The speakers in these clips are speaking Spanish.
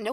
No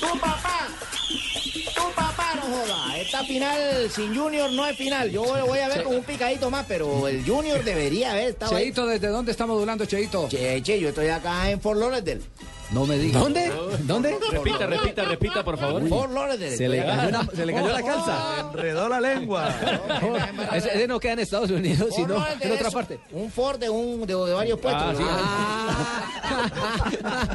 Tu papá, tu papá no joda. Esta final sin Junior no es final. Yo voy, voy a ver con un picadito más, pero el Junior debería haber Ah, estado ahí. Cheito, ¿desde dónde está modulando, Cheito? Che, che, yo estoy acá en Fort Lauderdale. No me digas. ¿Dónde? ¿Dónde? Repita, repita, repita, por favor. Fort Lauderdale. Se le Estoy acá. cayó, una- Oh, se le cayó la calza. Oh, Enredó la lengua. Ese, ese no queda en Estados Unidos, Fort sino Lauderdale en otra es parte. Un Ford de, un, de, de varios puestos. Ah, sí. Ah.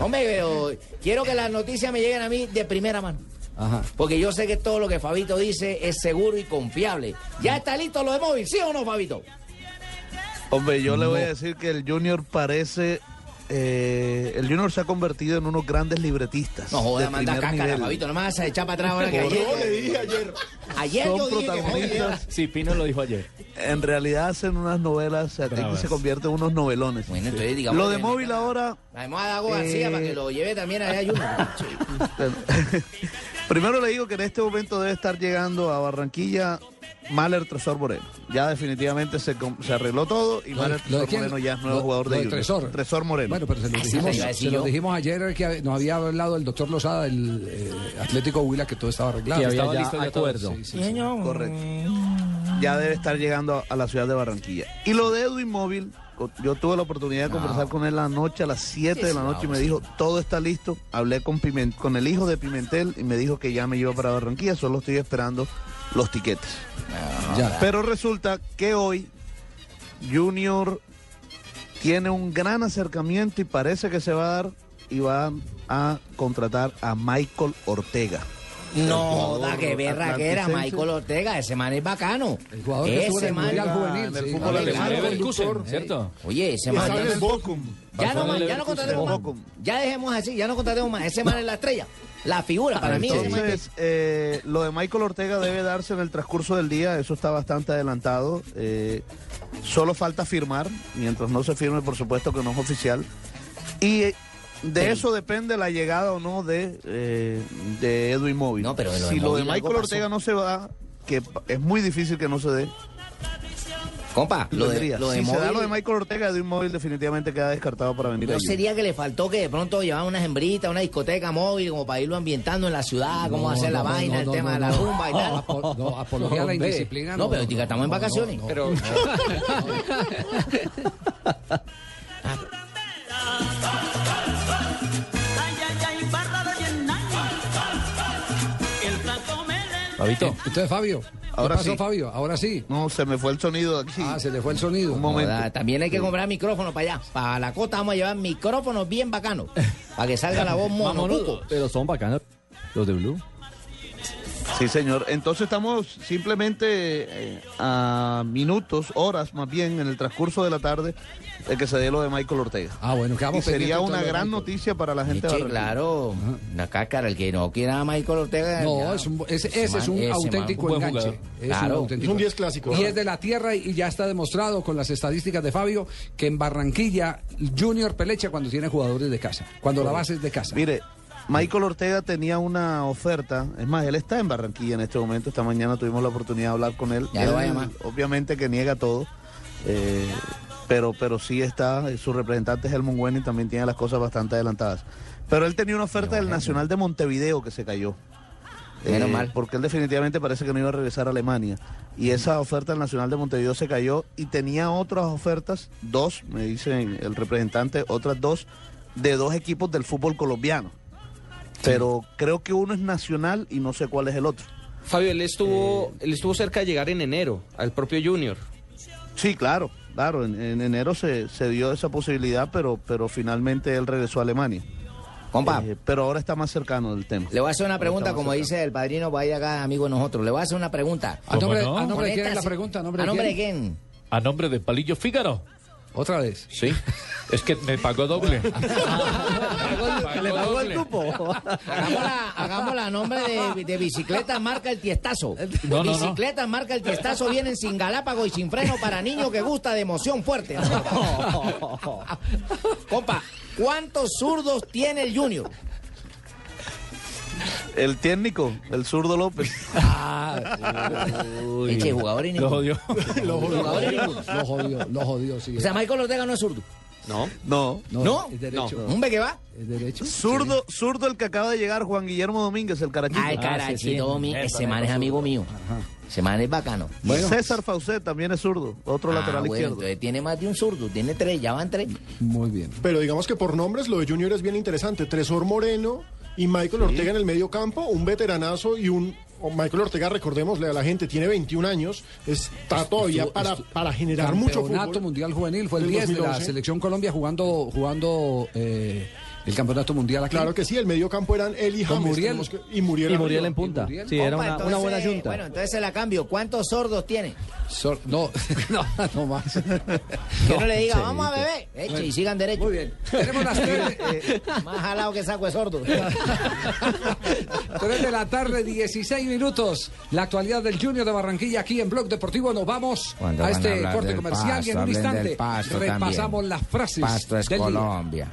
Hombre, pero quiero que las noticias me lleguen a mí de primera mano. Ajá. Porque yo sé que todo lo que Fabito dice es seguro y confiable. ¿Ya está listo lo de móvil? ¿Sí o no, Fabito? Hombre, yo le voy a decir que el Junior parece. eh, el Junior se ha convertido en unos grandes libretistas. No joda, de manda primer cáscara, nivel. Fabito. No me vas a echar para atrás ahora que ayer. Yo le dije ayer. Ayer Son yo dije que protagonistas. Sí, Pino lo dijo ayer. En realidad hacen unas novelas, se, Bravas. se convierten en unos novelones. Bueno, entonces digamos. Lo de que- móvil ahora. Además, Dago García Eh. para que lo lleve también allá a Junior. Primero le digo que en este momento debe estar llegando a Barranquilla Maler Tresor Moreno. Ya definitivamente se, com- se arregló todo y Lo de- Maler lo de Tresor quién? Moreno ya es nuevo Lo- jugador lo de de Junior. Tresor. Moreno. Bueno, pero se lo Ah, sí, dijimos, lo iba a decir se lo yo. dijimos ayer que nos había hablado el doctor Lozada, el eh, Atlético Huila, que todo estaba arreglado. Que había estaba ya todo. acuerdo. Sí, sí, sí. Correcto. Ya debe estar llegando a, a la ciudad de Barranquilla. Y lo de Edwin Móvil, co- yo tuve la oportunidad de conversar con él la noche a las 7 de la noche y me dijo, todo está listo. Hablé con, Pimen- con el hijo de Pimentel y me dijo que ya me iba para Barranquilla, solo estoy esperando los tiquetes. Ya. Pero resulta que hoy Junior tiene un gran acercamiento y parece que se va a dar y van a contratar a Michael Ortega. No, da que berra que era Atlanticense. Michael Ortega. Ese man es bacano. El jugador que estuvo en Ese el man. Mundial iba Juvenil. en el sí. fútbol Ah, alemán. claro, Leverkusen, sí. ¿cierto? Oye, ese man. Ya, ya no, Pasó más, en el ya no Leverkusen. contratemos más. Bochum. Ya dejemos así, ya no contratemos más. Ese man es la estrella. La figura, para mí. Ese man es... Entonces, eh, lo de Michael Ortega debe darse en el transcurso del día, eso está bastante adelantado. eh, solo falta firmar, mientras no se firme, por supuesto que no es oficial. Y eh, de eso depende la llegada o no de, eh, de Edwin Móvil. No, pero de lo de si lo de Móvil algo Michael pasó. Ortega no se va, que pa- es muy difícil que no se dé, Compa, lo de, tendría. lo de si se da móvil- lo de Michael Ortega, Edwin Móvil definitivamente queda descartado para venir. a ¿No Junior. sería que le faltó que de pronto llevaba unas hembritas, una discoteca móvil, como para irlo ambientando en la ciudad, cómo No, hacer la no, no, vaina, el no, tema no, de la no. rumba y tal? Apo- no, apología a la Hombre. indisciplina. No, pero diga, estamos en vacaciones. Pero Ay, ay, ay, barra de Vietnam. El plato me le- Fabito. Entonces, Fabio, Ahora ¿qué pasó, sí. Fabio? Ahora sí. No, se me fue el sonido de aquí. Ah, se le fue el sonido. Un momento. Joda, también hay que comprar micrófonos para allá. Para la costa vamos a llevar micrófonos bien bacanos. Para que salga la voz monocuco. Pero son bacanos los de Blue. Sí, señor. Entonces estamos simplemente eh, a minutos, horas más bien, en el transcurso de la tarde, de que se dé lo de Michael Ortega. Ah, bueno, quedamos Y sería pendientes una entonces, gran Michael. noticia para la Sí, gente de Barranquilla. claro, la cáscara, el que no quiera a Michael Ortega. No, ya. es un- ese, ese Ese es un man, ese auténtico man, un buen enganche. jugador. Es Claro. un auténtico. Es un 10 clásico. Y es de la tierra y ya está demostrado con las estadísticas de Fabio que en Barranquilla Junior pelecha cuando tiene jugadores de casa, cuando la base es de casa. Mire, Michael Ortega tenía una oferta, es más, él está en Barranquilla en este momento, esta mañana tuvimos la oportunidad de hablar con él. Ya lo va a Él, llamar. Obviamente que niega todo, eh, pero, pero sí está, eh, su representante es Helmut Wenning, también tiene las cosas bastante adelantadas. Pero él tenía una oferta del Nacional de Montevideo que se cayó. Menos mal. Eh, Porque él definitivamente parece que no iba a regresar a Alemania. Y esa oferta del Nacional de Montevideo se cayó y tenía otras ofertas, dos, me dice el representante, otras dos, de dos equipos del fútbol colombiano. Pero creo que uno es nacional y no sé cuál es el otro. Fabio, él estuvo, Eh. él estuvo cerca de llegar en enero al propio Junior. Sí, claro, claro. En, en enero se, se dio esa posibilidad, pero, pero finalmente él regresó a Alemania. Compa, Eh, pero ahora está más cercano del tema. le voy a hacer una pregunta, Estamos como cerca. dice el padrino, vaya acá, amigo de nosotros. Le voy a hacer una pregunta. ¿A nombre, no? Ah, a nombre de quién es la Conéctase- pregunta? ¿A nombre ¿A de nombre de quién? quién? A nombre de Palillo Fígaro. Otra vez. Sí. Es que me pagó Le doble. pagó el doble. cupo. Hagámosla, hagámosla a nombre de, de bicicleta marca el tiestazo. No, no, no. bicicleta marca el tiestazo vienen sin galápago y sin freno para niño que gusta de emoción fuerte. Compa, ¿cuántos zurdos tiene el Junior? El técnico, el zurdo López. Eche, jugador y Lo jodió. Lo jodió, lo jodió, lo jodió, sí. O sea, Michael Ortega no es zurdo. No. No. ¿No? Es derecho. ¿Un que va? ¿Es derecho? Zurdo, zurdo el que acaba de llegar, Juan Guillermo Domínguez, el carachito. Ay, ah, carachito, mi- ese man es amigo mío. Ese man es bacano. Bueno. César Faucet también es zurdo, otro Ah, lateral bueno, izquierdo. entonces tiene más de un zurdo, tiene tres, ya van tres. Muy bien. Pero digamos que por nombres lo de Junior es bien interesante. Tresor Moreno y Michael Ortega en el medio campo, un veteranazo y un... o Michael Ortega, recordémosle a la gente, tiene 21 años, está todavía para, para generar mucho Campeonato fútbol. Mundial Juvenil fue el Del 10 de la 2011. Selección Colombia jugando jugando eh, el Campeonato Mundial aquí. Claro que sí, el medio campo eran él y Con James. Muriel. tenemos que- y Y Muriel. arriba. Muriel en punta. Muriel. Sí, era Compa, una, una buena entonces, junta. Bueno, entonces se la cambio. ¿Cuántos sordos tiene? Sor- no, no, no más. Que no le diga, vamos a beber. Eche y sigan derecho. Muy bien. Tenemos las eh, 3, Eh, Más jalado que saco de sordo. de la tarde, 16 minutos. La actualidad del Junior de Barranquilla aquí en Blog Deportivo. Nos vamos Cuando a van a este hablar corte del comercial y pasto, en un hablen del instante pasto repasamos también. las frases Pasto es del día. Colombia.